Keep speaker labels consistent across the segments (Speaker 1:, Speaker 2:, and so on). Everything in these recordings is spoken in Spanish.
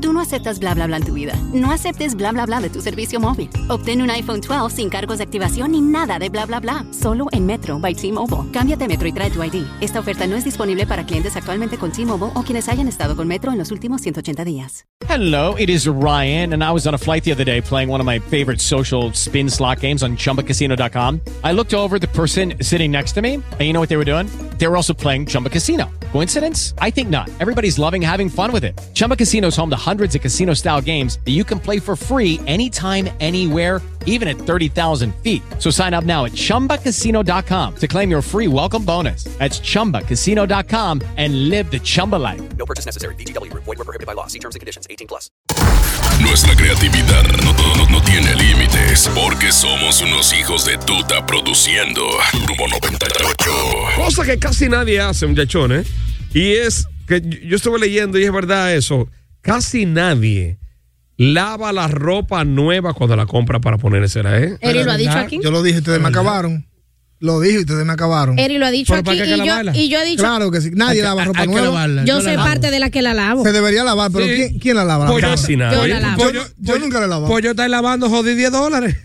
Speaker 1: Tú no aceptas bla bla bla en tu vida. No aceptes bla bla bla de tu servicio móvil. Obtén un iPhone 12 sin cargos de activación ni nada de bla bla bla. Solo en Metro by T-Mobile. Cámbiate a Metro y trae tu ID. Esta oferta no es disponible para clientes actualmente con T-Mobile o quienes hayan estado con Metro en los últimos 180 días.
Speaker 2: Hello, it is Ryan, and I was on a flight the other day playing one of my favorite social spin slot games on chumbacasino.com. I looked over at the person sitting next to me, and you know what they were doing? They were also playing Chumba Casino. Coincidence? I think not. Everybody's loving having fun with it. Chumba Casino is home to hundreds of casino style games that you can play for free anytime, anywhere, even at 30,000 feet. So sign up now at chumbacasino.com to claim your free welcome bonus. That's chumbacasino.com and live the Chumba life.
Speaker 3: No purchase necessary. VGW Group. Void were prohibited by law. See terms and conditions. 18 plus.
Speaker 4: Nuestra creatividad no, no- no tiene límites porque somos unos hijos de tuta produciendo Turbo 98.
Speaker 5: Cosa que casi nadie hace, muchachones. Y es que yo- yo estuve leyendo y es verdad eso. Casi nadie lava la ropa nueva cuando la compra para ponérsela, ¿eh?
Speaker 6: Eri lo ha dicho aquí.
Speaker 7: Yo lo dije, ustedes me acabaron. Lo dije, ustedes me acabaron.
Speaker 6: Eri lo ha dicho
Speaker 5: Pero
Speaker 6: aquí.
Speaker 5: ¿para qué hay
Speaker 6: Y
Speaker 5: que
Speaker 6: yo,
Speaker 5: lavarla?
Speaker 6: y yo he dicho,
Speaker 7: Claro que sí. Nadie lava ropa nueva.
Speaker 6: yo soy parte de la que la lavo.
Speaker 7: Se debería lavar, pero
Speaker 5: Sí.
Speaker 7: ¿quién, quién la lava?
Speaker 5: Pues
Speaker 7: La
Speaker 5: casi
Speaker 7: cama.
Speaker 5: nadie. pues
Speaker 6: Yo la lavo.
Speaker 7: Yo, yo nunca la he lavado.
Speaker 5: yo estoy lavando, jodí 10 dólares.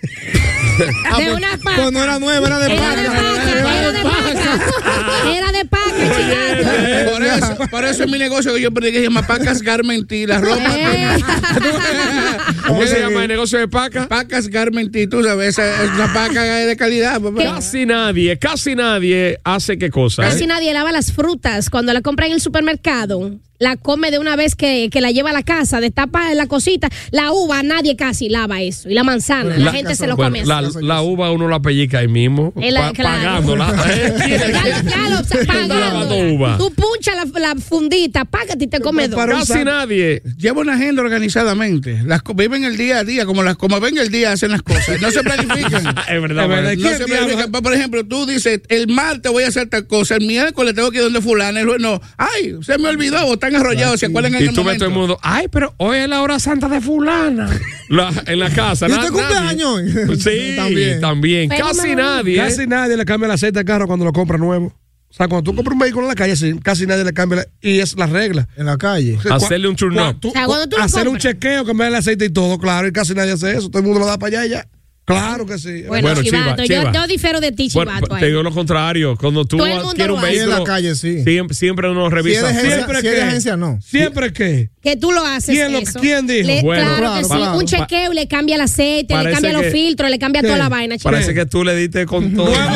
Speaker 5: Ah,
Speaker 6: De una paca.
Speaker 7: Pues no era nueva, era de
Speaker 6: Era de
Speaker 7: paca.
Speaker 6: paca, era de paca. Era de paca, chiquito.
Speaker 8: Por eso, por eso es mi negocio que yo perdí que se llama Pacas Garmenti, la ropa.
Speaker 6: Eh,
Speaker 5: ¿Cómo se llama el negocio de paca?
Speaker 8: Pacas Garmenti, tú sabes, esa es una paca de calidad, papá.
Speaker 5: Casi nadie, casi nadie hace qué cosa. ¿eh?
Speaker 6: Casi nadie lava las frutas cuando la compra en el supermercado. La come de una vez que, que la lleva a la casa, destapa la cosita. La uva, nadie casi lava eso. Y la manzana, la, gente se lo
Speaker 5: Bueno,
Speaker 6: come
Speaker 5: la,
Speaker 6: así.
Speaker 5: la uva uno la pellica ahí mismo,
Speaker 6: Eh, la-
Speaker 5: pa-
Speaker 6: claro.
Speaker 5: pagándola. ¿eh?
Speaker 6: Claro, claro, o sea,
Speaker 5: lavando
Speaker 6: pagándola.
Speaker 5: uva.
Speaker 6: Tú puncha la, la fundita, págate y te comes dos.
Speaker 5: Casi nadie.
Speaker 8: Lleva una agenda organizadamente. Las co- viven el día a día, como las como ven el día hacen las cosas. No se planifican.
Speaker 5: Es verdad, bueno.
Speaker 8: No se planifican. Por ejemplo, tú dices, el martes voy a hacer tal cosa, el miércoles tengo que ir donde fulano, el jueves no. Ay, se me olvidó, o están arrollados, se acuerdan en
Speaker 5: Y
Speaker 8: el
Speaker 5: tú ves todo el
Speaker 8: momento.
Speaker 5: mundo, ay, pero hoy es la hora santa de fulana. La- en la casa.
Speaker 7: ¿Y
Speaker 5: na- nadie.
Speaker 7: usted cumpleaños hoy?
Speaker 5: Sí, también.
Speaker 7: También.
Speaker 6: Pero
Speaker 5: Casi
Speaker 6: mamá.
Speaker 5: nadie. ¿eh?
Speaker 9: Casi nadie le cambia el aceite al carro cuando lo compra nuevo. O sea, cuando tú compras un vehículo en la calle, sí, casi nadie le cambia. la- y es la regla.
Speaker 7: En la calle.
Speaker 5: Hacerle un turn up.
Speaker 6: O sea, cuando tú lo
Speaker 9: Hacer un
Speaker 6: compras.
Speaker 9: chequeo, cambiar el aceite y todo, claro. Y casi nadie hace eso. Todo el mundo lo da para allá y ya. Claro que sí.
Speaker 6: Bueno,
Speaker 5: Bueno,
Speaker 6: Chivato,
Speaker 5: Chiva, Chiva.
Speaker 6: yo- Yo, difiero de ti, pues.
Speaker 5: Bueno,
Speaker 6: Chivato. ahí.
Speaker 5: te digo lo contrario. Cuando tú
Speaker 6: Todo el mundo
Speaker 5: quieres un
Speaker 6: lo hace.
Speaker 7: Sí, en
Speaker 5: veico
Speaker 7: la calle, sí.
Speaker 5: siempre, siempre uno
Speaker 7: Si es
Speaker 5: revisa.
Speaker 7: de agencia,
Speaker 9: siempre
Speaker 7: si es de
Speaker 9: que-
Speaker 7: agencia, no.
Speaker 9: ¿Siempre que
Speaker 6: que tú lo haces.
Speaker 9: ¿Quién lo-
Speaker 6: eso.
Speaker 9: quién dijo?
Speaker 6: Le-
Speaker 5: Bueno,
Speaker 6: claro,
Speaker 7: claro,
Speaker 6: que sí.
Speaker 7: claro.
Speaker 6: Un chequeo le cambia el aceite, le
Speaker 5: Parece
Speaker 6: cambia los
Speaker 5: que-
Speaker 6: filtros, le cambia toda la vaina, Chivato.
Speaker 5: Parece que tú le diste con todo.
Speaker 9: Nuevo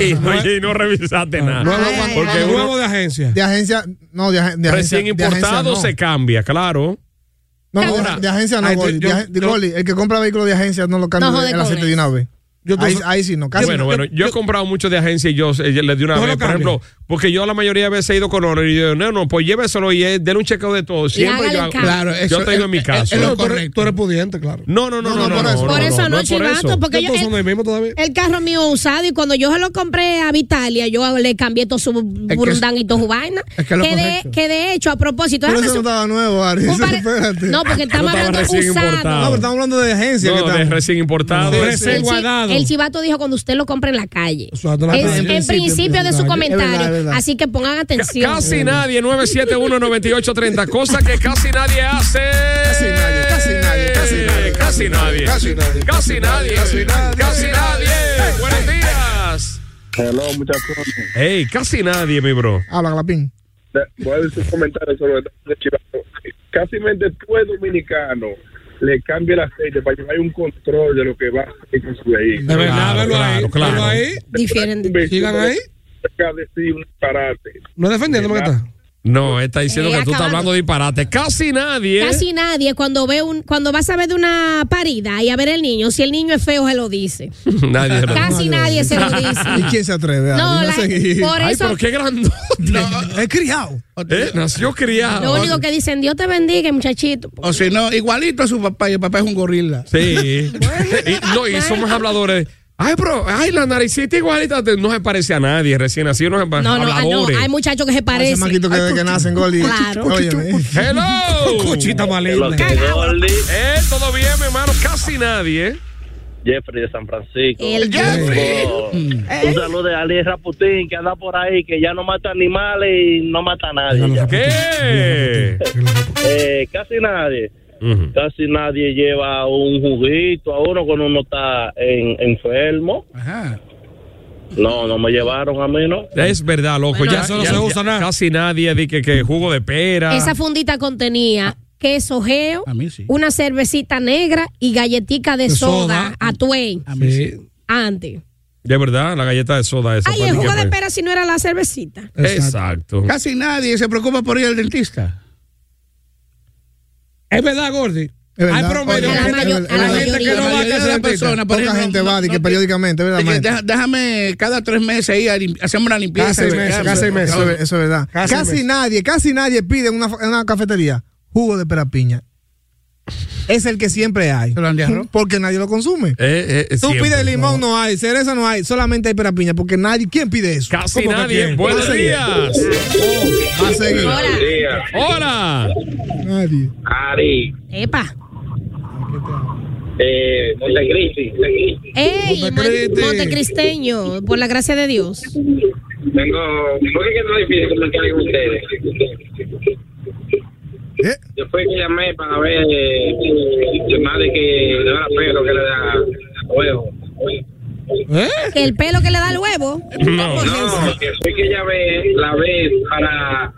Speaker 5: y, y no, y no revisaste nada.
Speaker 9: Nuevo,
Speaker 6: Ay, ay,
Speaker 5: porque
Speaker 9: porque
Speaker 5: uno-
Speaker 9: nuevo de agencia.
Speaker 7: Ah, De agencia, no, de, agen- de agencia.
Speaker 5: recién
Speaker 7: de agencia
Speaker 5: importado
Speaker 7: no.
Speaker 5: se cambia, claro.
Speaker 7: No, no,
Speaker 9: Ahora,
Speaker 7: de, de agencia no,
Speaker 9: ay, tú-
Speaker 7: Goli. De
Speaker 9: yo-
Speaker 7: agen- de
Speaker 9: yo-
Speaker 7: Goli, El que compra vehículo de agencia no lo cambia
Speaker 6: No jode
Speaker 7: el aceite
Speaker 6: con
Speaker 7: de una vez.
Speaker 9: Yo tú-
Speaker 7: ahí, ahí sí, no, casi.
Speaker 5: bueno, bueno, yo, he comprado mucho de agencia y yo eh, le di una
Speaker 9: Todo
Speaker 5: vez,
Speaker 9: lo
Speaker 5: por
Speaker 9: cambia.
Speaker 5: ejemplo, porque yo la mayoría de veces he ido con honor y yo, no, no, pues lléveselo y eh, denle un chequeo de todo. Siempre
Speaker 6: hágale
Speaker 5: yo
Speaker 6: el
Speaker 5: hago.
Speaker 6: cambio. Claro,
Speaker 5: yo
Speaker 8: eso
Speaker 5: tengo en
Speaker 8: es-
Speaker 5: mi
Speaker 8: es-
Speaker 5: caso.
Speaker 8: es
Speaker 9: Pero
Speaker 8: lo
Speaker 9: tú, eres,
Speaker 8: correcto.
Speaker 9: tú eres pudiente, claro.
Speaker 5: no, no, no, no, no,
Speaker 7: No, no, por eso.
Speaker 5: no,
Speaker 6: Por eso no,
Speaker 5: es por
Speaker 6: Chivato,
Speaker 5: eso.
Speaker 6: porque yo,
Speaker 9: Todos son
Speaker 6: el,
Speaker 9: del mismo todavía.
Speaker 6: el carro mío usado y cuando yo se lo compré a Vitalia, yo le cambié todo su burundán y toda su vaina.
Speaker 8: es que es lo
Speaker 6: de,
Speaker 8: correcto.
Speaker 6: que de hecho, a propósito,
Speaker 7: Pero
Speaker 6: déjame
Speaker 7: eso no
Speaker 6: su-
Speaker 7: estaba nuevo, Ari.
Speaker 6: eh, un par-
Speaker 7: Espérate.
Speaker 6: no, pues, porque estamos
Speaker 5: estaba
Speaker 6: hablando
Speaker 5: recién
Speaker 6: usado.
Speaker 5: importado.
Speaker 7: No, pero estamos hablando de agencia. que
Speaker 5: No, de
Speaker 7: estamos.
Speaker 5: recién importado.
Speaker 9: No,
Speaker 5: es-
Speaker 9: recién
Speaker 6: El, chi-
Speaker 9: guardado.
Speaker 6: el chivato dijo cuando usted lo compra en la calle.
Speaker 9: Eso es de la
Speaker 6: Es-
Speaker 9: calle.
Speaker 6: en
Speaker 7: principio,
Speaker 6: principio de
Speaker 7: es
Speaker 6: su
Speaker 7: verdad,
Speaker 6: comentario.
Speaker 7: es verdad.
Speaker 6: Así que pongan atención.
Speaker 5: Casi nadie, 971-9830, cosa que casi nadie hace.
Speaker 7: Casi nadie, casi nadie, casi nadie.
Speaker 5: Casi nadie.
Speaker 7: Casi nadie,
Speaker 5: Casi nadie.
Speaker 7: casi nadie,
Speaker 5: Casi nadie. Buenos días.
Speaker 10: Hello, muchachos.
Speaker 5: Ey, casi nadie, mi bro.
Speaker 7: Habla, Ah, Galapín.
Speaker 10: Voy a decir un comentario sobre el chivato. Casi tú el dominicano le cambia el aceite para llevar un control de lo que va a hacer con su vehículo.
Speaker 9: De verdad,
Speaker 5: Claro,
Speaker 9: velo ahí.
Speaker 5: claro,
Speaker 9: Velo
Speaker 5: claro.
Speaker 9: ahí.
Speaker 6: Difieren de-
Speaker 9: Sigan ahí.
Speaker 10: Acá decir un disparate.
Speaker 9: No defendiéndome que está.
Speaker 5: No, está diciendo
Speaker 6: Eh,
Speaker 5: que tú estás
Speaker 6: acabando.
Speaker 5: hablando de disparate. Casi nadie.
Speaker 6: Casi nadie cuando ve un cuando vas a ver de una parida y a ver el niño, si el niño es feo se lo dice.
Speaker 5: nadie. lo-
Speaker 6: Casi nadie se lo
Speaker 7: ¿Y
Speaker 6: dice.
Speaker 7: quién se atreve? Ari?
Speaker 6: No,
Speaker 7: No
Speaker 6: la-
Speaker 7: sé.
Speaker 6: por
Speaker 5: Ay,
Speaker 6: eso
Speaker 5: pero qué grandote.
Speaker 7: Es criado.
Speaker 5: Eh, Nació criado.
Speaker 6: lo único que dicen, Dios te bendiga, muchachito.
Speaker 8: O si no, igualito a su papá, y el papá es un gorila.
Speaker 5: Sí. y, no, y somos habladores. Ay, bro, ay, la naricita igualita te- no se parece a nadie, recién así, no se parece
Speaker 6: No, no, ah, no, hay muchachos que se parecen.
Speaker 5: chamaquitos que-
Speaker 6: Ay,
Speaker 5: que
Speaker 6: cuchi-
Speaker 5: nacen, Goldie.
Speaker 6: Claro.
Speaker 7: Eh,
Speaker 5: ¡Hello!
Speaker 9: Cuchita maligna.
Speaker 5: Eh, todo bien, mi hermano, casi nadie. ¿eh?
Speaker 11: Jeffrey de San Francisco.
Speaker 6: El Jeffrey.
Speaker 11: Oh, Un saludo de Ali Raputín que anda por ahí, que ya no mata animales y no mata a nadie. ya.
Speaker 5: ¿Qué?
Speaker 11: Eh, casi nadie. Casi nadie lleva un juguito a uno cuando uno está en- enfermo. No, no me llevaron a mí, ¿no?
Speaker 5: Es verdad, loco, ya, solo se usa nada. Casi nadie, di que, que jugo de pera.
Speaker 6: Esa fundita contenía queso geo, una cervecita negra y galletica Ah, de,
Speaker 5: De
Speaker 6: soda,
Speaker 5: soda.
Speaker 6: Ah. Atway.
Speaker 5: Sí.
Speaker 6: Antes.
Speaker 5: De verdad, la galleta de soda esa.
Speaker 6: Ay,
Speaker 5: fue
Speaker 6: el
Speaker 5: di que
Speaker 6: jugo de
Speaker 5: fue.
Speaker 6: pera si no era la cervecita.
Speaker 5: Exacto.
Speaker 8: Casi nadie se preocupa por ir al dentista.
Speaker 9: Es verdad,
Speaker 5: Eh,
Speaker 9: Gordy.
Speaker 8: verdad.
Speaker 9: Hay promedio.
Speaker 8: A la
Speaker 9: de gente-
Speaker 8: mayor- a la
Speaker 9: gente
Speaker 8: mayoría.
Speaker 9: que no
Speaker 8: La
Speaker 9: va a
Speaker 8: mayoría de
Speaker 9: casa
Speaker 8: las personas, por
Speaker 9: Poca
Speaker 8: ejemplo,
Speaker 9: gente
Speaker 8: no-
Speaker 9: va, di
Speaker 8: no-
Speaker 9: que periódicamente, ¿verdad,
Speaker 8: De que
Speaker 9: maestro?
Speaker 8: deja- déjame cada tres meses ir a lim- hacemos una limpieza.
Speaker 9: Cada seis meses,
Speaker 8: ¿verdad?
Speaker 9: cada seis meses.
Speaker 7: Eso, es- eso es verdad.
Speaker 9: Casi
Speaker 7: Casi,
Speaker 9: mes.
Speaker 7: nadie, casi nadie pide en una, en una cafetería jugo de pera piña. Es el que siempre hay. Porque nadie lo consume.
Speaker 5: Eh, eh,
Speaker 7: Tú
Speaker 5: siempre,
Speaker 7: pides limón, no. hay. Cereza no hay. Solamente hay pera piña. Porque nadie. ¿Quién pide eso?
Speaker 5: Casi
Speaker 7: ¿Cómo que
Speaker 5: nadie.
Speaker 7: quién?
Speaker 5: Buenos
Speaker 7: A seguir.
Speaker 5: días.
Speaker 7: A seguir.
Speaker 5: Hola.
Speaker 7: Nadie.
Speaker 11: Ari,
Speaker 6: Epa.
Speaker 11: eh, Montecristi.
Speaker 6: Ey, man- montecristeño, por la gracia de Dios.
Speaker 11: Tengo. ¿Por qué es difícil comunicar con ustedes?
Speaker 7: Eh,
Speaker 11: Después que llamé para ver el madre que le da pelo, que le da huevo.
Speaker 6: Que el pelo que le da el huevo.
Speaker 5: No,
Speaker 11: después que llamé la vez para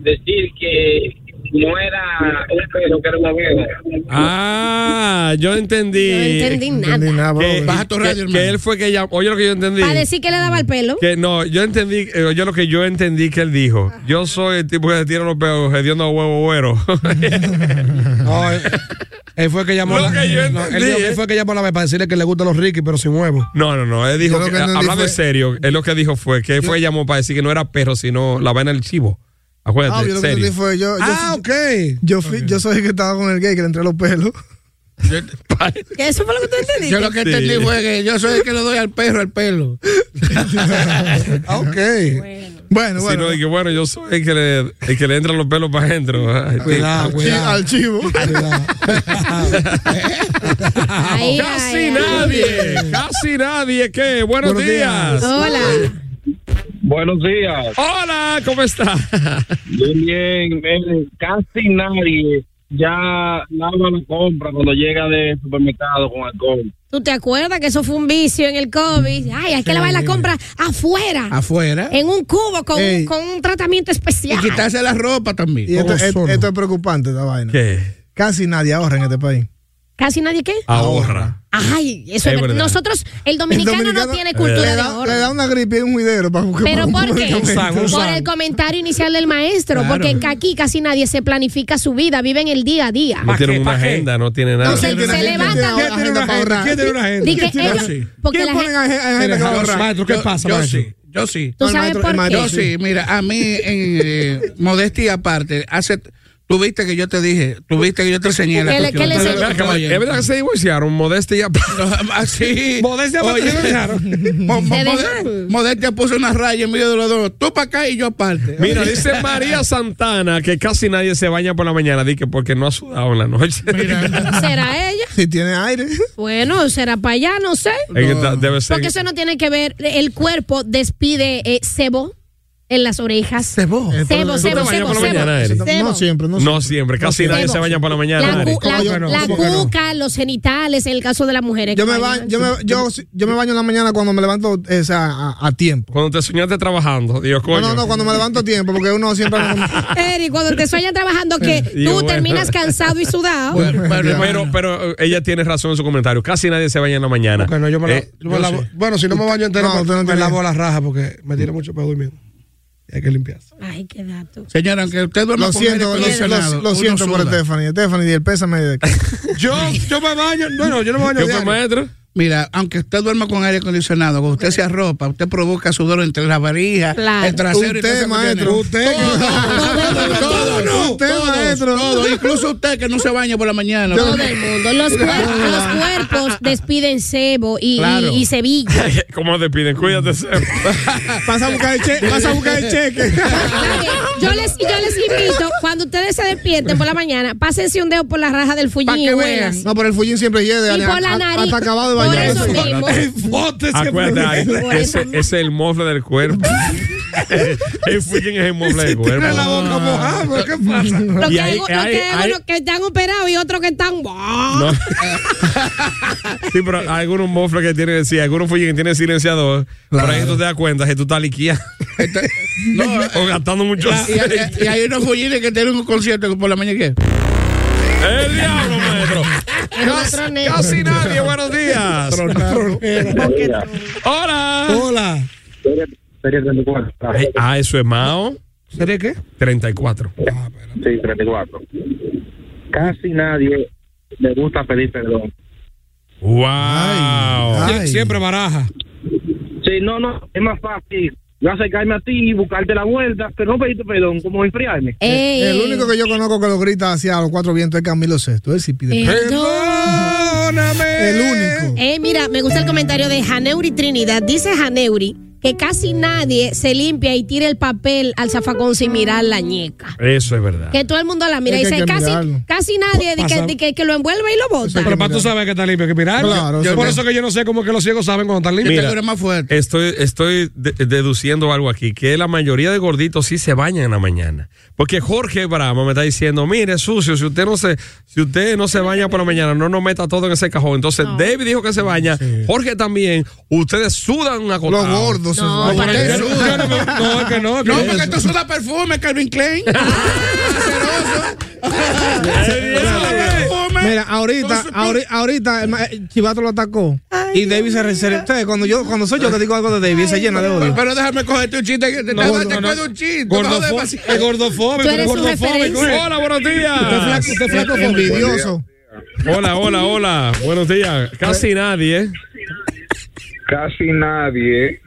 Speaker 11: decir que no era un pelo, que era un huevo.
Speaker 5: Ah, yo entendí.
Speaker 6: No entendí
Speaker 5: Que-
Speaker 6: nada.
Speaker 5: Que,
Speaker 8: Baja tu radio,
Speaker 5: que- que él fue que llamó. Oye, lo que yo entendí.
Speaker 6: Para decir que le daba el pelo.
Speaker 5: Que no, yo entendí, eh, oye, lo que yo entendí que él dijo. Yo soy el tipo que se tira los peos, hediondo a huevo güero.
Speaker 9: No, él, él fue el que llamó
Speaker 5: Lo
Speaker 9: la,
Speaker 5: que yo
Speaker 9: no,
Speaker 5: entendí,
Speaker 9: él, dijo que
Speaker 5: ¿eh?
Speaker 9: fue el que llamó a la vez para decirle que le gustan los Ricky, pero sin huevo.
Speaker 5: No, no, no. Él dijo,
Speaker 9: Yo lo
Speaker 5: que,
Speaker 9: que entendí
Speaker 5: hablando
Speaker 9: fue-
Speaker 5: en serio, él lo que dijo fue que él fue que llamó para decir que no era perro, sino la vaina del chivo. Acuérdate,
Speaker 7: Ah, yo
Speaker 5: en
Speaker 7: lo que
Speaker 5: serio.
Speaker 7: entendí fue yo. yo
Speaker 9: Ah, ok.
Speaker 7: Yo, fui- yo soy el que estaba con el gay que le entré los pelos.
Speaker 6: Que Eso fue lo que tú entendiste.
Speaker 8: Yo lo que entendí fue que yo soy el que le doy al perro el pelo.
Speaker 9: Ah, ok.
Speaker 7: Bueno,
Speaker 5: Si no, dije, bueno, yo soy el que le, el que le entran los pelos para adentro. Este, Ay,
Speaker 9: Cuidado,
Speaker 5: tío.
Speaker 9: cuidado.
Speaker 7: Al chivo.
Speaker 6: Ay,
Speaker 5: Casi
Speaker 6: ay, ay.
Speaker 5: nadie, casi nadie. ¿Qué? Buenos,
Speaker 7: Buenos
Speaker 5: días.
Speaker 7: días.
Speaker 6: Hola.
Speaker 10: Buenos días.
Speaker 5: Hola, ¿cómo está?
Speaker 10: Bien, bien, bien. Casi nadie ya lava la compra cuando llega del supermercado con alcohol.
Speaker 6: ¿Tú te acuerdas que eso fue un vicio en el COVID? Ay, hay que lavar la compra afuera.
Speaker 8: Afuera.
Speaker 6: En un cubo con, un, con un tratamiento
Speaker 8: Y
Speaker 6: especial.
Speaker 8: quitarse la ropa también.
Speaker 7: Y esto,
Speaker 8: Como
Speaker 7: esto-
Speaker 8: solo.
Speaker 7: esto es preocupante, esta vaina.
Speaker 5: ¿Qué?
Speaker 7: Casi nadie ahorra en este país.
Speaker 6: ¿Casi nadie qué?
Speaker 5: Ahorra.
Speaker 6: Ay, eso
Speaker 5: Es
Speaker 6: es verdad.
Speaker 5: verdad.
Speaker 6: Nosotros, el dominicano, no tiene cultura
Speaker 7: le
Speaker 6: de
Speaker 7: da,
Speaker 6: ahorro.
Speaker 7: le da una gripe y un juidero para buscar.
Speaker 6: ¿Pero
Speaker 7: para
Speaker 6: por
Speaker 7: un
Speaker 6: qué?
Speaker 7: medicamento.
Speaker 6: Por el comentario inicial del maestro, porque aquí casi nadie se planifica su vida, viven el día a día.
Speaker 5: No tiene una agenda, no tiene nada.
Speaker 6: No sé, se levanta
Speaker 7: ¿Quién tiene una agenda?
Speaker 9: ¿Quién tiene una agenda?
Speaker 6: Di que ellos- porque
Speaker 7: ¿Quién
Speaker 6: la gente-
Speaker 7: pone en agen- en agenda que va a
Speaker 9: Pero,
Speaker 7: ahorrar?
Speaker 9: maestro, ¿qué pasa,
Speaker 8: yo
Speaker 9: maestro?
Speaker 8: sí, yo sí.
Speaker 6: ¿Tú
Speaker 7: No, el
Speaker 6: sabes
Speaker 7: maestro-
Speaker 6: por
Speaker 7: el
Speaker 6: qué?
Speaker 7: maestro
Speaker 8: Yo sí, mira, a mí, en, eh, modestia aparte, hace, tú viste que yo te dije, tú viste que yo te enseñé la
Speaker 6: Que le-
Speaker 8: cuestión.
Speaker 6: que le
Speaker 8: Entonces,
Speaker 6: enseñó.
Speaker 8: ven acá,
Speaker 5: Es
Speaker 8: oye.
Speaker 5: verdad que se divorciaron, modestia y aparte.
Speaker 8: No, Así.
Speaker 9: Modestia,
Speaker 8: Oye,
Speaker 9: maestro,
Speaker 8: mo- mo-
Speaker 6: Te
Speaker 8: mode-
Speaker 6: dejaron.
Speaker 8: Modestia puso una raya en medio de los dos. Tú para acá y yo aparte.
Speaker 5: Mira, dice María Santana que casi nadie se baña por la mañana, di que porque no ha sudado en la noche.
Speaker 6: ¿Será ella?
Speaker 7: Si tiene aire.
Speaker 6: Bueno, será para allá, no sé.
Speaker 5: Es que ta- debe ser.
Speaker 6: Porque eso no tiene que ver, el cuerpo despide eh, sebo en las orejas.
Speaker 8: Cebó.
Speaker 6: Sebo,
Speaker 5: te
Speaker 6: sebo,
Speaker 5: bañas
Speaker 6: sebo,
Speaker 5: por la
Speaker 6: sebo.
Speaker 5: mañana, Eric?
Speaker 6: Sebo.
Speaker 7: No siempre, no
Speaker 5: No siempre, casi nadie
Speaker 6: Sebo.
Speaker 5: se baña por la mañana.
Speaker 6: La,
Speaker 5: Eric.
Speaker 6: cu- la-
Speaker 7: ¿Cómo que no?
Speaker 6: la
Speaker 7: ¿Cómo que no?
Speaker 6: cuca, los genitales, el caso de las mujeres.
Speaker 7: Yo
Speaker 6: que
Speaker 7: me, baño,
Speaker 6: bailan.
Speaker 7: yo, me, yo, yo me baño en la mañana cuando me levanto eh, o sea, a, a tiempo.
Speaker 5: Cuando te soñaste trabajando, Dios
Speaker 7: No,
Speaker 5: coño.
Speaker 7: no, no, cuando me levanto a tiempo, porque uno siempre.
Speaker 6: Eri, cuando te sueñan trabajando que
Speaker 5: Y
Speaker 6: tú
Speaker 5: bueno.
Speaker 6: terminas cansado y sudado.
Speaker 8: Bueno, bueno,
Speaker 5: Pero, pero eh, ella tiene razón en su comentario. Casi nadie se baña en la mañana.
Speaker 9: Porque no, yo me la-
Speaker 5: Eh,
Speaker 9: yo me lavo-
Speaker 8: sí.
Speaker 9: Bueno, si no me baño entero,
Speaker 7: No,
Speaker 9: me,
Speaker 7: usted no
Speaker 9: me
Speaker 7: tiene-
Speaker 9: lavo las rajas porque me tiene mucho pedo durmiendo. Y hay que limpiarse.
Speaker 6: Ay, qué dato.
Speaker 8: Señora, aunque usted duerma
Speaker 7: Lo
Speaker 8: con
Speaker 7: siento,
Speaker 8: aire
Speaker 7: lo,
Speaker 8: acondicionado,
Speaker 7: lo- lo
Speaker 8: uno
Speaker 7: siento por
Speaker 8: suda.
Speaker 7: Stephanie. Stephanie, y el pésame. de-
Speaker 9: Yo, yo me baño. Bueno, yo no me baño.
Speaker 5: ¿Qué fue,
Speaker 9: diario.
Speaker 5: maestro?
Speaker 8: Mira, aunque usted duerma con aire acondicionado, cuando usted se arropa, usted provoca sudor entre las varijas,
Speaker 7: Claro.
Speaker 8: el trasero y
Speaker 7: Usted,
Speaker 8: todas esas
Speaker 7: maestro,
Speaker 8: cuestiones.
Speaker 7: usted.
Speaker 8: Todo, todo, todo, no,
Speaker 7: Usted,
Speaker 8: todos,
Speaker 7: maestro.
Speaker 8: todos, incluso usted que no se baña por la mañana.
Speaker 6: Todo el mundo. Los cuerpos, los cuerpos despiden sebo y,
Speaker 5: Claro.
Speaker 6: y, y Sevilla.
Speaker 5: ¿Cómo te piden? Cuídate, Seb.
Speaker 7: Vas a buscar el cheque. Vas a buscar el cheque.
Speaker 6: Yo les, yo les invito, cuando ustedes se despierten por la mañana, pásense un dedo por la raja del fullín y huelas.
Speaker 7: No, pero el fullín siempre llega.
Speaker 6: Y por la nariz.
Speaker 7: Hasta acabado de
Speaker 6: Por
Speaker 7: bañar.
Speaker 6: eso mismo.
Speaker 5: Acuérdate, ese- ese es el mofle del cuerpo. el fucking es el mofle del cuerpo.
Speaker 9: la boca mojada, pero ¿qué pasa?
Speaker 6: Lo
Speaker 5: Y
Speaker 6: que,
Speaker 5: ahí-
Speaker 6: hay, lo
Speaker 5: ahí-
Speaker 6: que hay
Speaker 5: ahí-
Speaker 6: unos que están operados y otros que están.
Speaker 5: No. sí, pero hay algunos mofles que tienen, sí, algunos fuyen que tienen silenciador. Pero ahí tú te das cuenta que tú estás liquia.
Speaker 9: Este-
Speaker 5: o gastando mucho
Speaker 8: Y, y- y hay unos fullines que tienen un concierto que por la mañana que.
Speaker 5: ¡El diablo, maestro! Casi, casi nadie, buenos días. Hola.
Speaker 9: Hola.
Speaker 5: Ah, eso es Mao.
Speaker 9: ¿Sería qué?
Speaker 5: 34.
Speaker 12: Sí, 34. Casi nadie le gusta pedir perdón.
Speaker 5: ¡Wow!
Speaker 12: Ay, ay.
Speaker 9: Siempre baraja.
Speaker 12: Sí, no, no, es más fácil yo acercarme a ti y buscarte la vuelta, pero no pedirte perdón, como enfriarme.
Speaker 6: Eh,
Speaker 7: eh, El único que yo conozco que lo grita hacia los cuatro vientos es Camilo Sexto. Él sí pide
Speaker 9: Perdóname.
Speaker 7: El único.
Speaker 6: Eh, mira, me gusta el comentario de Janeuri Trinidad. Dice Janeuri que casi nadie se limpia y tira el papel al zafacón sin mirar la ñeca.
Speaker 5: Eso es verdad.
Speaker 6: Que todo el mundo la mira y
Speaker 9: Es que hay
Speaker 6: dice,
Speaker 9: que
Speaker 6: casi,
Speaker 9: mirarlo.
Speaker 6: casi nadie de que,
Speaker 9: Pasa-
Speaker 6: de que, que lo envuelve y lo bota.
Speaker 9: Pero para tú sabes que está limpio, que mirar.
Speaker 5: Claro,
Speaker 9: Yo-
Speaker 5: sí.
Speaker 9: por eso que yo no sé cómo es que los ciegos saben cuando están limpios.
Speaker 5: Mira, Estoy, estoy de- deduciendo algo aquí, que la mayoría de gorditos sí se bañan en la mañana. Porque Jorge Brahma me está diciendo, mire, sucio, si usted no se, si usted no se baña por la mañana, no nos meta todo en ese cajón. Entonces, David dijo que se baña, Jorge también, ustedes sudan a
Speaker 7: Los gordos se No, bañan. para
Speaker 5: Yo no,
Speaker 7: nada.
Speaker 5: yo no me- no, es que no. es que
Speaker 8: No,
Speaker 5: eso.
Speaker 8: porque esto es una perfume, Calvin Klein.
Speaker 7: Mira, ahorita, ahorita, ahorita el ma- eh, Chivato lo atacó. y David se reserva. Usted, Cuando, yo, cuando soy yo que digo algo de David, se llena de odio.
Speaker 8: Pero déjame cogerte un chiste. que Te,
Speaker 7: No,
Speaker 8: te-
Speaker 7: no,
Speaker 8: te
Speaker 7: no.
Speaker 8: cuento un chiste.
Speaker 7: Gordofo-
Speaker 9: es gordofóbico, Tú eres un gordofóbico, referencia. ¿eh?
Speaker 5: Hola, buenos días.
Speaker 9: Usted es flaco- usted es flaco, envidioso.
Speaker 5: Hola, hola, hola. Buenos días. Casi nadie.
Speaker 10: Casi nadie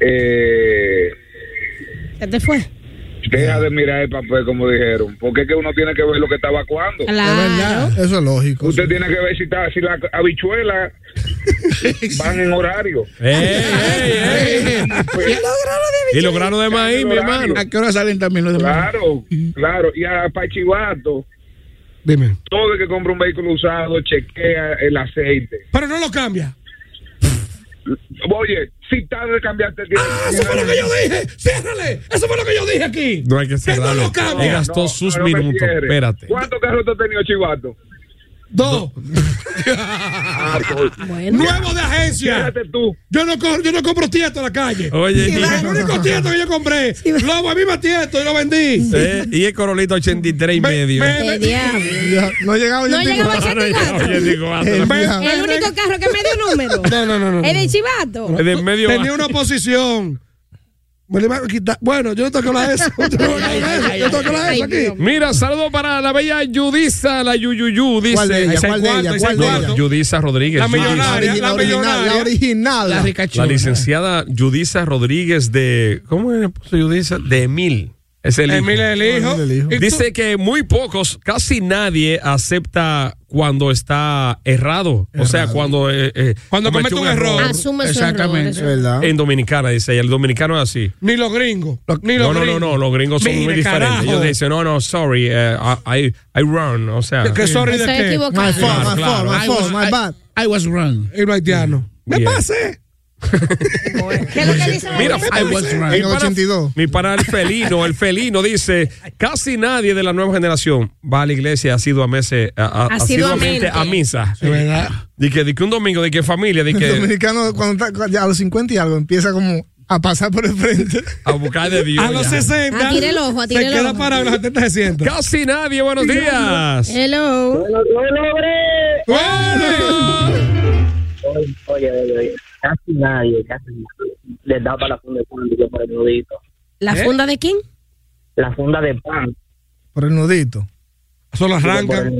Speaker 10: eh,
Speaker 6: ¿Qué te fue?
Speaker 10: deja de mirar el papel, como dijeron. Porque es que uno tiene que ver lo que está evacuando.
Speaker 7: Eso es lógico.
Speaker 10: Usted tiene que ver si, está, si la habichuela van en horario.
Speaker 5: Y los granos de maíz, mi hermano.
Speaker 8: ¿A qué hora salen también los de maíz?
Speaker 10: Claro, claro. Y a Pachivato,
Speaker 9: Dime.
Speaker 10: todo el que compra un vehículo usado chequea el aceite.
Speaker 9: Pero no lo cambia.
Speaker 10: Oye, si tarde cambiaste el ¡Ah,
Speaker 9: eso fue lo que yo dije! ¡Ciérrale! ¡Eso fue lo que yo dije aquí!
Speaker 5: No hay que cerrarlo.
Speaker 9: lo cambia.
Speaker 5: Él gastó
Speaker 9: No,
Speaker 5: sus
Speaker 9: no me
Speaker 5: minutos.
Speaker 9: cierre.
Speaker 5: Espérate.
Speaker 10: ¿Cuántos carros tú has tenido, Chivato?
Speaker 9: Dos. Nuevo de agencia. Yo no, co- yo no compro tieto en la calle.
Speaker 5: Oye,
Speaker 9: Y
Speaker 5: y-
Speaker 9: el único tieto que yo compré, lobo, a mí me tieto y lo vendí.
Speaker 5: Eh, y el corolito 83 y medio.
Speaker 6: Eh,
Speaker 9: me-
Speaker 7: Ya, No llegaba
Speaker 6: No llegaba
Speaker 5: No, no, no, oye, digo, hazlo.
Speaker 6: El único carro que me dio número.
Speaker 9: No, no, no, no.
Speaker 6: Es de Chivato.
Speaker 5: Es de medio
Speaker 9: Tenía
Speaker 5: bajo.
Speaker 9: una posición. Me le iba a quitar- Bueno, yo no tengo que hablar de eso. Yo no tengo que hablar de eso. Yo tengo que hablar de eso aquí.
Speaker 5: Mira, saludo para la bella Yudisa, la Yuyuyu, dice.
Speaker 7: ¿Cuál de ella?
Speaker 5: Esa es
Speaker 7: ¿Cuál de
Speaker 5: cuarto,
Speaker 7: ella?
Speaker 5: esa es
Speaker 7: ¿Cuál de
Speaker 5: cuarto.
Speaker 7: ella?
Speaker 5: Yudisa Rodríguez.
Speaker 9: La
Speaker 5: Yudisa.
Speaker 9: millonaria, la
Speaker 7: original,
Speaker 9: millonaria.
Speaker 7: la original.
Speaker 9: La ricachona.
Speaker 5: La licenciada Yudisa Rodríguez de. ¿Cómo le puso Yudisa? De Emil. Es el hijo.
Speaker 9: Emil es el hijo. Emil es el hijo.
Speaker 5: Dice que muy pocos, casi nadie acepta cuando está errado. O sea, cuando. eh, eh,
Speaker 9: Cuando
Speaker 5: cometió
Speaker 9: comete un error.
Speaker 6: Asume su
Speaker 9: Exactamente.
Speaker 6: error,
Speaker 5: En Dominicana, dice ella. El dominicano es así.
Speaker 9: Ni los gringos. Ni los
Speaker 5: No, no, no,
Speaker 9: gringos.
Speaker 5: no, los gringos son
Speaker 9: Mire,
Speaker 5: muy diferentes.
Speaker 9: carajo.
Speaker 5: Ellos dicen, no, no, sorry, eh, I, I- I run, o sea.
Speaker 9: Que sorry de
Speaker 6: Estoy
Speaker 9: qué.
Speaker 6: equivocado. My fault,
Speaker 7: my fault, my
Speaker 9: I
Speaker 7: fault,
Speaker 9: was-
Speaker 7: my
Speaker 9: I-
Speaker 7: bad.
Speaker 8: I was wrong.
Speaker 9: Y los haitianos. Me
Speaker 5: Yeah.
Speaker 9: pasé.
Speaker 6: ¿Qué es lo que dice la
Speaker 5: Mira,
Speaker 6: gente?
Speaker 5: mi pana-
Speaker 7: En 82.
Speaker 5: Mi para el felino, el felino dice, casi nadie de la nueva generación va a la iglesia asiduamente a, a- asiduamente
Speaker 6: Asiduamente.
Speaker 5: a misa. De que, de que un domingo, de que familia, de
Speaker 7: El
Speaker 5: que
Speaker 7: dominicano, cuando está, ya a los 50 y algo, empieza como a pasar por el frente.
Speaker 5: a buscar de Dios.
Speaker 9: A los
Speaker 5: ya.
Speaker 9: 60.
Speaker 6: Atire el ojo, atire
Speaker 9: se
Speaker 6: el
Speaker 9: queda
Speaker 6: ojo.
Speaker 9: parado, los 70 se sienta.
Speaker 5: Casi nadie, buenos días.
Speaker 6: Hello.
Speaker 12: Oye, oye, oye, casi nadie, casi nadie les da para la funda de pan, digo, para el nudito.
Speaker 6: ¿Eh? ¿La funda de quién?
Speaker 12: La funda de pan.
Speaker 7: Por el nudito.
Speaker 9: Eso lo arrancan.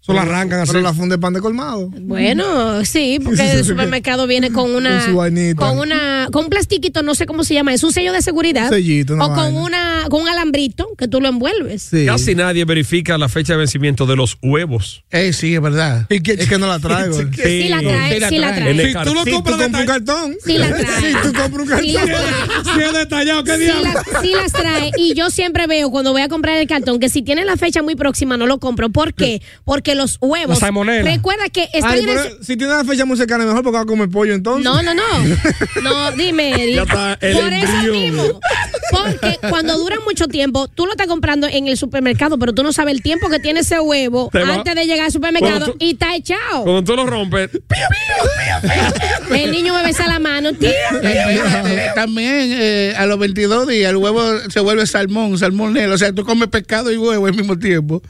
Speaker 9: Eso lo arrancan así.
Speaker 7: Pero la funde pan de colmado.
Speaker 6: Bueno, sí, porque el supermercado viene con una
Speaker 7: Con su vainita.
Speaker 6: con una con un plastiquito, no sé cómo se llama, es un sello de seguridad
Speaker 5: Un sellito, una
Speaker 6: o con
Speaker 5: vaina.
Speaker 6: una con un alambrito que tú lo envuelves.
Speaker 5: Casi nadie verifica la fecha de vencimiento de los huevos.
Speaker 8: Eh, sí, es verdad.
Speaker 7: Es que no la traigo.
Speaker 5: Sí.
Speaker 6: Sí la trae, sí la trae.
Speaker 5: En el
Speaker 6: Sí,
Speaker 5: cartón.
Speaker 7: Si tú compras un cartón.
Speaker 6: Sí la trae.
Speaker 7: Si tú compras un cartón.
Speaker 6: Sí la trae.
Speaker 9: Si es detallado, ¿qué
Speaker 6: Sí,
Speaker 9: diablo?
Speaker 6: la- sí las trae y yo siempre veo cuando voy a comprar el cartón que si tiene la fecha muy próxima no lo compro. ¿Por qué? Porque los huevos.
Speaker 7: La salmonela.
Speaker 6: Recuerda que estoy
Speaker 7: Ay,
Speaker 6: en
Speaker 7: pero
Speaker 6: el-
Speaker 7: si tiene la fecha muy cercana, mejor porque va a comer pollo entonces.
Speaker 6: No, no, no. No, dime, Eric.
Speaker 7: Ya está el
Speaker 6: Por eso
Speaker 7: embrión.
Speaker 6: mismo. Porque cuando dura mucho tiempo, tú lo estás comprando en el supermercado, pero tú no sabes el tiempo que tiene ese huevo
Speaker 5: Te va-
Speaker 6: antes de llegar al supermercado
Speaker 5: Cuando tú-
Speaker 6: y está echado.
Speaker 5: Cuando tú lo rompes,
Speaker 6: El niño me besa la mano. Tío, tío, tío.
Speaker 8: Eh, También eh, a los 22 días el huevo se vuelve salmón, salmonela. O sea, tú comes pescado y huevo al mismo tiempo.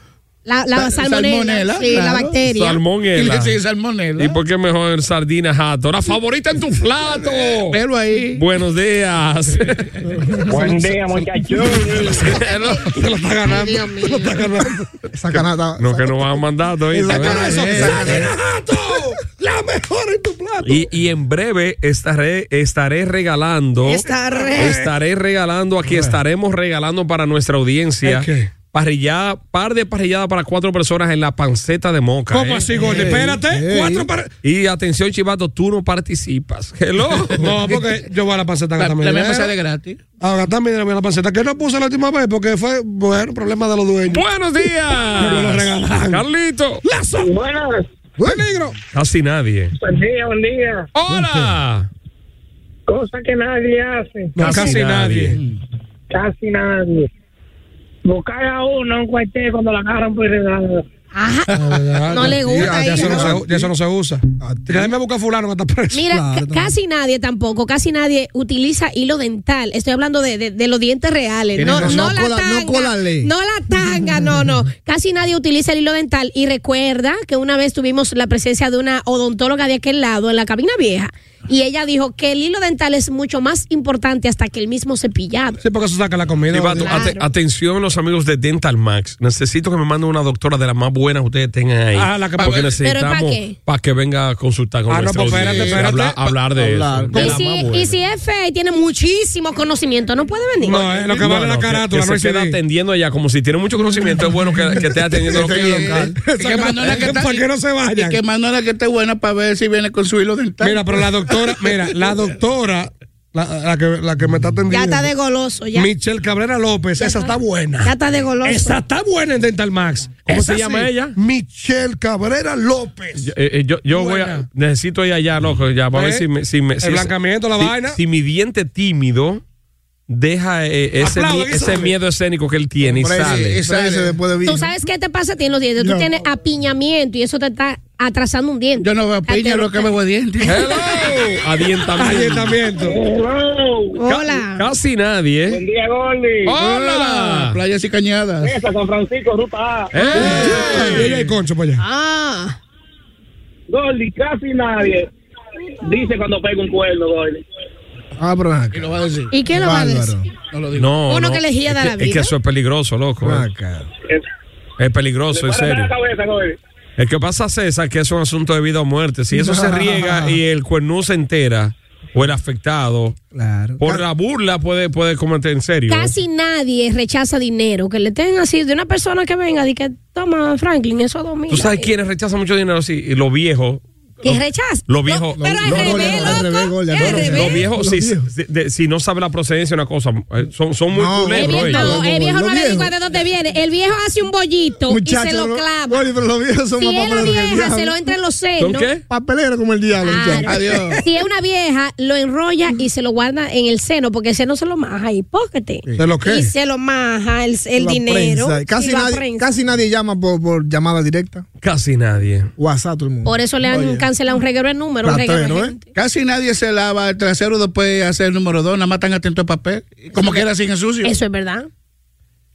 Speaker 6: La, la
Speaker 8: Sa-
Speaker 6: salmonela. Sí, la
Speaker 8: claro.
Speaker 6: bacteria.
Speaker 5: salmonela.
Speaker 8: Sí, salmonela.
Speaker 5: ¿Y pues, por qué mejor sardina jato? La favorita en tu plato.
Speaker 8: Velo ahí.
Speaker 5: Buenos días.
Speaker 12: Buen día, muchachos.
Speaker 9: Te lo está ganando. Te lo está ganando.
Speaker 7: Esa canasta.
Speaker 5: No, que nos van mandando. ¿eh?
Speaker 9: Sácalo eso,
Speaker 5: Eh,
Speaker 9: sardina Hato, La mejor en tu plato.
Speaker 5: Y, y en breve estaré, estaré regalando.
Speaker 9: Estaré.
Speaker 5: Estaré regalando aquí, estaremos regalando para nuestra audiencia.
Speaker 9: ¿El qué?
Speaker 5: Parrillada, par de parrilladas para cuatro personas en la panceta de moca.
Speaker 9: ¿Cómo
Speaker 5: ¿eh?
Speaker 9: así, Gordy? Espérate. Cuatro para.
Speaker 5: Y atención, Chivato, tú no participas. Hello.
Speaker 9: No, porque yo voy a la panceta a
Speaker 5: La-
Speaker 9: gastar mi
Speaker 5: la voy a
Speaker 9: dinero.
Speaker 5: pasar de
Speaker 8: gratis.
Speaker 9: A gastar mi dinero voy a la panceta. Que no puse la última vez porque fue, bueno, problema de los dueños.
Speaker 5: Buenos
Speaker 9: Me lo
Speaker 5: días.
Speaker 9: regalaron.
Speaker 5: Carlito.
Speaker 12: Buenas.
Speaker 9: Peligro. Oh.
Speaker 5: Casi nadie.
Speaker 12: Buen día, buen día.
Speaker 5: Hola.
Speaker 12: Cosa que nadie hace.
Speaker 9: No, casi, nadie.
Speaker 12: Casi nadie. Buscar a uno un cuartel cuando la agarran por regalada.
Speaker 6: No le gusta
Speaker 9: Ah, Ya, ya eso,
Speaker 6: ir.
Speaker 9: no se, u- ya eso no se usa. Déjame buscar a fulano que está preso.
Speaker 6: Mira, ca- casi nadie tampoco, casi nadie utiliza hilo dental. Estoy hablando de, de- de los dientes reales.
Speaker 9: Tienes
Speaker 6: No,
Speaker 9: razón.
Speaker 6: no
Speaker 9: No
Speaker 6: la
Speaker 9: cola- no
Speaker 6: tanga.
Speaker 9: colale.
Speaker 6: No la tanga, no, no. Casi nadie utiliza el hilo dental. Y recuerda que una vez tuvimos la presencia de una odontóloga de aquel lado en la cabina vieja. Y ella dijo que el hilo dental es mucho más importante hasta que el mismo cepillado.
Speaker 9: Sí, porque eso saca la comida.
Speaker 5: Chivato, ate- atención los amigos de Dental Max. Necesito que me manden una doctora de las más buenas que ustedes tengan ahí.
Speaker 9: Ah, la que-
Speaker 5: Porque
Speaker 9: ¿Pero es pa'
Speaker 5: necesitamos
Speaker 6: qué?
Speaker 5: para que venga a consultar con
Speaker 9: Ah, no,
Speaker 5: nuestra
Speaker 9: pues espérate,
Speaker 5: audiencia,
Speaker 9: espérate.
Speaker 5: Hablar, hablar de
Speaker 9: Hablar.
Speaker 5: eso. De
Speaker 6: Y
Speaker 5: la
Speaker 6: si,
Speaker 5: más
Speaker 6: y
Speaker 5: buena.
Speaker 6: si es fea y tiene muchísimo conocimiento, no puede venir.
Speaker 5: No, no, que- que se queda atendiendo allá como si tiene mucho conocimiento. Es bueno que, que esté atendiendo a los clientes.
Speaker 8: Y que mandó la que está-
Speaker 9: Para que no se vayan.
Speaker 8: y que mandó la que esté buena para ver si viene con su hilo dental.
Speaker 9: Mira, pero la doctora, mira, la doctora, la, la que, la que me está atendiendo.
Speaker 6: Ya está de goloso, ya.
Speaker 9: Michelle Cabrera López, esa está buena.
Speaker 6: Ya está de goloso.
Speaker 9: Esa está buena en Dental Max.
Speaker 5: ¿Cómo
Speaker 9: Esa
Speaker 5: se llama ella?
Speaker 9: Michelle Cabrera López.
Speaker 5: Yo, eh, eh, yo, yo voy a. Necesito ir allá, loco, ya, para
Speaker 9: ¿Eh?
Speaker 5: ver si me. Si me-
Speaker 9: El
Speaker 5: si-
Speaker 9: blanqueamiento, la
Speaker 5: si-
Speaker 9: vaina.
Speaker 5: Si mi diente tímido deja eh, ese,
Speaker 9: Aplaudan
Speaker 5: mi-
Speaker 9: y
Speaker 5: ese
Speaker 9: sale.
Speaker 5: miedo escénico que él tiene y
Speaker 7: Hombre,
Speaker 5: sale.
Speaker 7: sí, sale después de
Speaker 6: Tú sabes qué te pasa a ti en los dientes. Tú
Speaker 7: No.
Speaker 6: tienes apiñamiento y eso te está atrasando un diente.
Speaker 8: Yo no veo piña, lo que veo es dientes.
Speaker 5: Hello. Adientamiento.
Speaker 9: Ayuntamiento.
Speaker 6: Hola.
Speaker 5: Casi nadie. ¿eh?
Speaker 12: Buen día, Gordy.
Speaker 5: Hola.
Speaker 8: Playas y cañadas.
Speaker 12: Esa, San Francisco, ruta
Speaker 5: Eh.
Speaker 12: A.
Speaker 9: Ay, ay, ay, concho para allá.
Speaker 6: Ah.
Speaker 12: Gordy, casi nadie dice cuando pega un cuerno, Gordy.
Speaker 7: Ah, pero ven acá.
Speaker 8: Y lo va a decir.
Speaker 6: ¿Y qué lo va a decir?
Speaker 8: No lo digo.
Speaker 5: No,
Speaker 6: Uno
Speaker 5: no,
Speaker 6: que elegía
Speaker 5: es
Speaker 6: da
Speaker 5: que,
Speaker 6: la
Speaker 5: Es que
Speaker 6: vida.
Speaker 5: eso es peligroso, loco. eh. Es peligroso, en
Speaker 12: Párate
Speaker 5: serio.
Speaker 12: la cabeza, Gordy.
Speaker 5: El que pasa, César, que es un asunto de vida o muerte. Si eso se riega y el cuernú se entera o el afectado,
Speaker 7: Claro.
Speaker 5: por la burla puede, puede cometer en serio. ¿eh?
Speaker 6: Casi nadie rechaza dinero. Que le tengan así de una persona que venga y que toma Franklin, eso dos mil.
Speaker 5: ¿Tú sabes
Speaker 8: eh,
Speaker 5: quiénes rechazan mucho dinero? Sí, los viejos.
Speaker 6: Que rechaza.
Speaker 5: Los viejos.
Speaker 6: Pero al
Speaker 7: No,
Speaker 6: revés,
Speaker 7: Gordy, al
Speaker 6: loco.
Speaker 7: revés, Gordy, al
Speaker 6: Al
Speaker 7: revés.
Speaker 6: revés.
Speaker 5: Los viejos, si, si- de- si no sabe la procedencia de una cosa, eh, son, son muy
Speaker 7: No,
Speaker 6: El
Speaker 8: eh,
Speaker 5: culebros.
Speaker 6: viejo,
Speaker 5: ellos.
Speaker 6: no, el viejo
Speaker 7: Los
Speaker 6: no averigua
Speaker 7: viejos.
Speaker 6: de dónde viene. El viejo hace un bollito y se
Speaker 7: Muchachos,
Speaker 6: lo clava.
Speaker 7: Gordy, pero los viejos son
Speaker 6: Si
Speaker 7: más
Speaker 6: es la
Speaker 7: papeleros que el
Speaker 6: vieja,
Speaker 7: diablo.
Speaker 6: se lo entra en los
Speaker 8: eh,
Speaker 5: ¿Son
Speaker 6: senos.
Speaker 5: qué?
Speaker 7: Papelero como el diablo,
Speaker 6: Claro.
Speaker 7: muchachos.
Speaker 6: Si es una vieja, lo enrolla y se lo guarda en el seno, porque el seno se lo maja, hipócrate.
Speaker 9: ¿De lo qué?
Speaker 6: Y se lo maja el, el
Speaker 7: La
Speaker 6: dinero.
Speaker 7: prensa. Casi
Speaker 6: y lo
Speaker 7: nadie,
Speaker 6: aprensa.
Speaker 7: casi nadie llama por, por llamada directa.
Speaker 5: Casi nadie.
Speaker 7: WhatsApp, todo el mundo.
Speaker 6: Por eso le han cancelado un reguero de número, un reguero de
Speaker 7: Platero, ¿eh?
Speaker 6: gente.
Speaker 8: Casi nadie se lava el trasero después de hacer el número dos, nada más tan atento al papel. Como que era sin ensucio.
Speaker 6: Eso es verdad.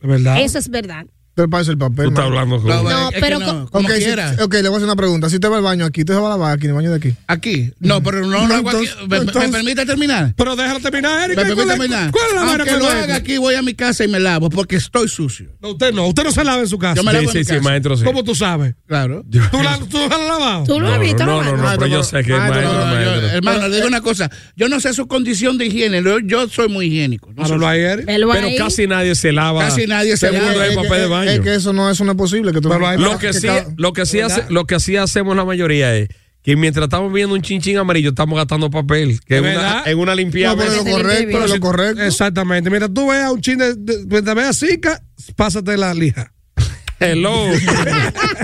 Speaker 9: ¿Verdad?
Speaker 6: Eso es verdad.
Speaker 7: Te parece el papel.
Speaker 5: Tú estás
Speaker 7: man.
Speaker 5: hablando con- No,
Speaker 8: No, es que pero no, co- como
Speaker 7: Ok, si-
Speaker 8: quiera.
Speaker 7: ok, le voy a hacer una pregunta. Si te va al baño aquí, ¿tú se va a lavar aquí en el baño de aquí?
Speaker 8: Aquí. No, pero no lo hago aquí. ¿Me- ¿Me,
Speaker 7: entonces-
Speaker 8: permite terminar?
Speaker 5: Pero déjalo terminar,
Speaker 8: ¿Me permite terminar? Aunque lo haga aquí, voy a mi casa y me lavo porque estoy sucio.
Speaker 9: No, usted no, usted no se lava en su
Speaker 5: Ah,
Speaker 9: casa.
Speaker 8: Yo me lavo en mi casa.
Speaker 9: ¿Cómo tú sabes?
Speaker 8: Claro.
Speaker 9: ¿Tú, la, tú la has lavado?
Speaker 8: ¿Tú lo has No, visto, no,
Speaker 5: no, no, pero yo sé que es
Speaker 8: Maestro,
Speaker 5: maestro,
Speaker 8: no, no, yo-
Speaker 5: maestro.
Speaker 9: eh,
Speaker 8: hermano, le digo una cosa. Yo no sé su condición de higiene. Yo, yo soy muy higiénico. No sé-
Speaker 5: Pero casi nadie se lava.
Speaker 8: Casi nadie se
Speaker 5: Según
Speaker 8: lava.
Speaker 5: el
Speaker 8: Es que-
Speaker 5: papel de baño.
Speaker 7: Es que eso no, eso no es posible. Que tú
Speaker 5: lo que sí, lo que sí hace, lo que sí hacemos la mayoría es que mientras estamos viendo un chinchín amarillo estamos gastando papel, que en una,
Speaker 9: ¿Verdad?
Speaker 5: en una limpiada.
Speaker 9: si- Exactamente. Mientras tú veas un chin de, de- mientras veas Zika, pásate la lija.
Speaker 5: Hello.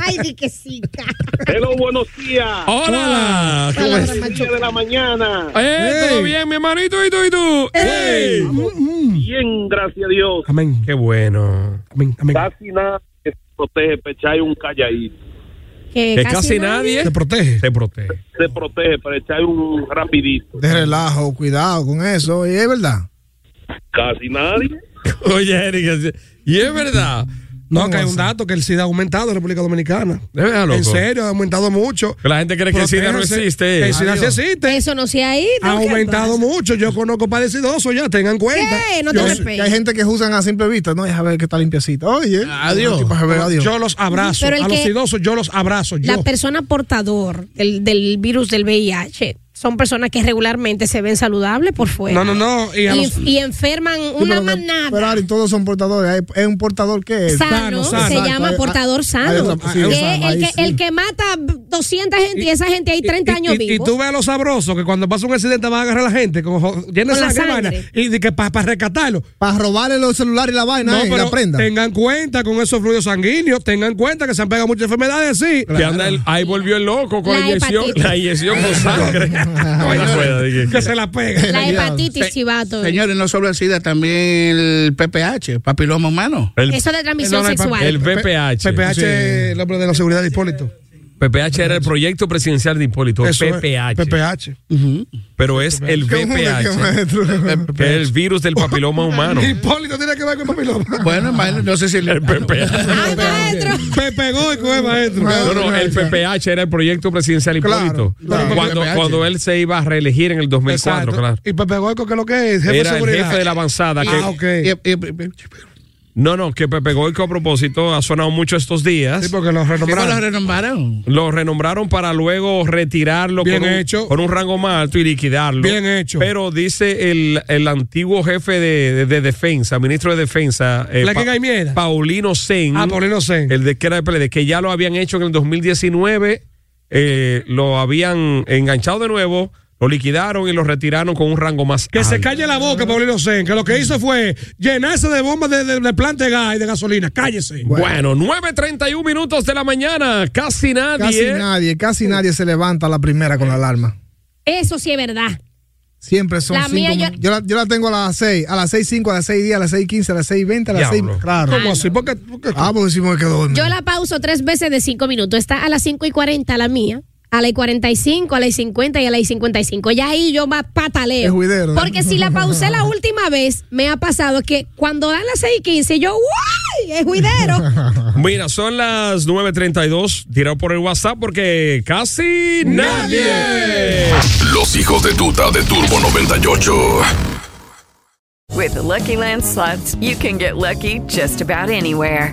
Speaker 6: Ay, di que sí.
Speaker 13: Hello, buenos días.
Speaker 5: Hola. ¿Cómo
Speaker 13: Hola,
Speaker 5: es?
Speaker 13: Macho. de la mañana.
Speaker 5: Eh, ¿Todo bien, mi hermanito? ¿Y tú? ¿Y tú? Ey.
Speaker 13: Bien, gracias a Dios.
Speaker 9: Amén.
Speaker 5: Qué bueno.
Speaker 13: Casi nada que se protege, Pechay, un calladito.
Speaker 5: Que casi, nadie
Speaker 9: te protege.
Speaker 5: Te protege.
Speaker 13: Se protege, Pechay, un rapidito.
Speaker 7: De relajo, cuidado con eso. Y es verdad.
Speaker 13: Casi nadie.
Speaker 5: Oye, Eric, y es verdad.
Speaker 9: No, que hay un dato que el SIDA ha aumentado en República Dominicana.
Speaker 5: ¿De verdad, loco?
Speaker 9: En serio, ha aumentado mucho.
Speaker 5: La gente cree que el SIDA no
Speaker 9: Protéjanse,
Speaker 5: existe.
Speaker 9: que el SIDA sí
Speaker 5: Adiós.
Speaker 9: existe.
Speaker 6: Eso no se ha ido.
Speaker 9: Ha
Speaker 6: ¿qué
Speaker 9: aumentado mucho. Yo conozco padecidosos ya, tengan cuenta.
Speaker 6: ¿Qué? No te
Speaker 9: Yo-
Speaker 6: respeto.
Speaker 7: Que hay gente que juzgan a simple vista. No, déjame ver que está limpiecita. Oye.
Speaker 9: Adiós.
Speaker 7: Tipo, déjame ver, adiós.
Speaker 9: Yo los abrazo.
Speaker 6: Pero el
Speaker 9: A los
Speaker 6: que-
Speaker 9: sidosos yo los abrazo.
Speaker 6: la
Speaker 9: Yo.
Speaker 6: persona portador del, del virus del VIH son personas que regularmente se ven saludables por fuera.
Speaker 9: No, no, no.
Speaker 6: Y,
Speaker 9: Y a los-
Speaker 6: y enferman
Speaker 7: Sí,
Speaker 6: una
Speaker 7: pero que-
Speaker 6: manada.
Speaker 7: Pero Ari, todos son portadores. Hay- Es un portador que es.
Speaker 6: Sano, se llama
Speaker 7: Hay-
Speaker 6: portador
Speaker 7: hay- hay
Speaker 6: sano.
Speaker 7: otra- sí,
Speaker 6: Que
Speaker 7: sano,
Speaker 6: el,
Speaker 7: ahí
Speaker 6: que,
Speaker 7: sí.
Speaker 6: el que mata 200 gente y, esa gente ahí 30 años
Speaker 9: y, y- y
Speaker 6: vivo.
Speaker 9: tú ves a los sabrosos que cuando pasa un accidente van a agarrar a la gente con ojo- lleno de
Speaker 6: Con la
Speaker 9: sangre, y vaina,
Speaker 6: sangre.
Speaker 9: y de que para rescatarlo.
Speaker 7: Para robarle los celulares y la vaina, eh, y la prenda.
Speaker 9: tengan cuenta con esos fluidos sanguíneos, tengan cuenta que se han pegado muchas enfermedades, sí.
Speaker 5: Que anda el- ahí volvió el loco con la,
Speaker 6: La
Speaker 5: inyección,
Speaker 6: hepatitis.
Speaker 5: la inyección con sangre.
Speaker 9: que se la pega.
Speaker 6: Ah, la hepatitis chivato.
Speaker 8: Señores, no solo el SIDA, también el PPH, papiloma humano.
Speaker 5: El-
Speaker 6: Eso de transmisión
Speaker 9: no, no, el
Speaker 6: sexual.
Speaker 5: El PPH.
Speaker 9: PPH, el hombre de la seguridad de Hipólito.
Speaker 5: PPH era el proyecto presidencial de Hipólito.
Speaker 9: Eso es,
Speaker 5: PPH.
Speaker 9: PPH.
Speaker 5: Pero es el VPH.
Speaker 7: PPH.
Speaker 5: Que es el virus del papiloma humano.
Speaker 9: Hipólito tiene que ver con papiloma.
Speaker 8: Bueno, hermano, no sé si el
Speaker 5: PPH.
Speaker 6: Ah,
Speaker 9: Pepe Goico es maestro.
Speaker 5: No, no, el PPH era el proyecto presidencial Hipólito.
Speaker 9: claro.
Speaker 5: Cuando,
Speaker 9: PPH.
Speaker 5: cuando él se iba a reelegir en el 2004,
Speaker 9: Exacto.
Speaker 5: claro.
Speaker 9: Y Pepe Goico, ¿qué es lo que es? Jefe
Speaker 5: Era
Speaker 9: de
Speaker 5: el
Speaker 9: seguridad.
Speaker 5: jefe de la avanzada. que-
Speaker 9: Ah, ok.
Speaker 5: No, no, que Pepe Goico a propósito ha sonado mucho estos días.
Speaker 9: Sí, porque los renombraron.
Speaker 8: lo renombraron?
Speaker 5: Lo renombraron para luego retirarlo
Speaker 9: Bien
Speaker 5: con, un-
Speaker 9: hecho.
Speaker 5: con Un, rango más alto y liquidarlo.
Speaker 9: Bien hecho.
Speaker 5: Pero dice el, el antiguo jefe de, de- de defensa, ministro de defensa, eh,
Speaker 9: La que
Speaker 5: Pa-
Speaker 9: hay mierda.
Speaker 5: Paulino Sen.
Speaker 9: Ah, Paulino Sen.
Speaker 5: El de que era de PLD, que ya lo habían hecho en el 2019, eh, lo habían enganchado de nuevo, lo liquidaron y lo retiraron con un rango más
Speaker 9: Que
Speaker 5: alto.
Speaker 9: se calle la boca, Paulino Sen, que lo que hizo fue llenarse de bombas de, de, de planta de gas y de gasolina. Cállese.
Speaker 5: Bueno, 9.31 minutos de la mañana. Casi nadie.
Speaker 7: Casi nadie, casi nadie se levanta a la primera con la alarma.
Speaker 6: Eso sí es verdad.
Speaker 7: Siempre son
Speaker 6: La
Speaker 7: cinco
Speaker 6: mía,
Speaker 7: min-
Speaker 6: yo-
Speaker 7: yo... la, yo la tengo a las 6, a las 6.05, a las 6.10, a las 6.15, a las 6.20, a las 6.
Speaker 5: Diablo.
Speaker 7: Claro.
Speaker 9: ¿Cómo así? ¿Por qué- por qué?
Speaker 7: Ah, porque si me quedo dormido.
Speaker 6: Yo la pauso tres veces de cinco minutos. Está a las 5 y 40 la mía, a las 45, a las 50 y a las 55. Ya ahí yo más pataleo.
Speaker 7: Es juidero, ¿no?
Speaker 6: Porque si la pausé la última vez, me ha pasado que cuando dan las 6 y 15, yo ¡guay! Es juidero.
Speaker 5: Mira, son las 9.32. Tirado por el WhatsApp porque casi nadie.
Speaker 4: Los hijos de tuta de Turbo 98.
Speaker 14: With the Lucky Land slots, you can get lucky just about anywhere.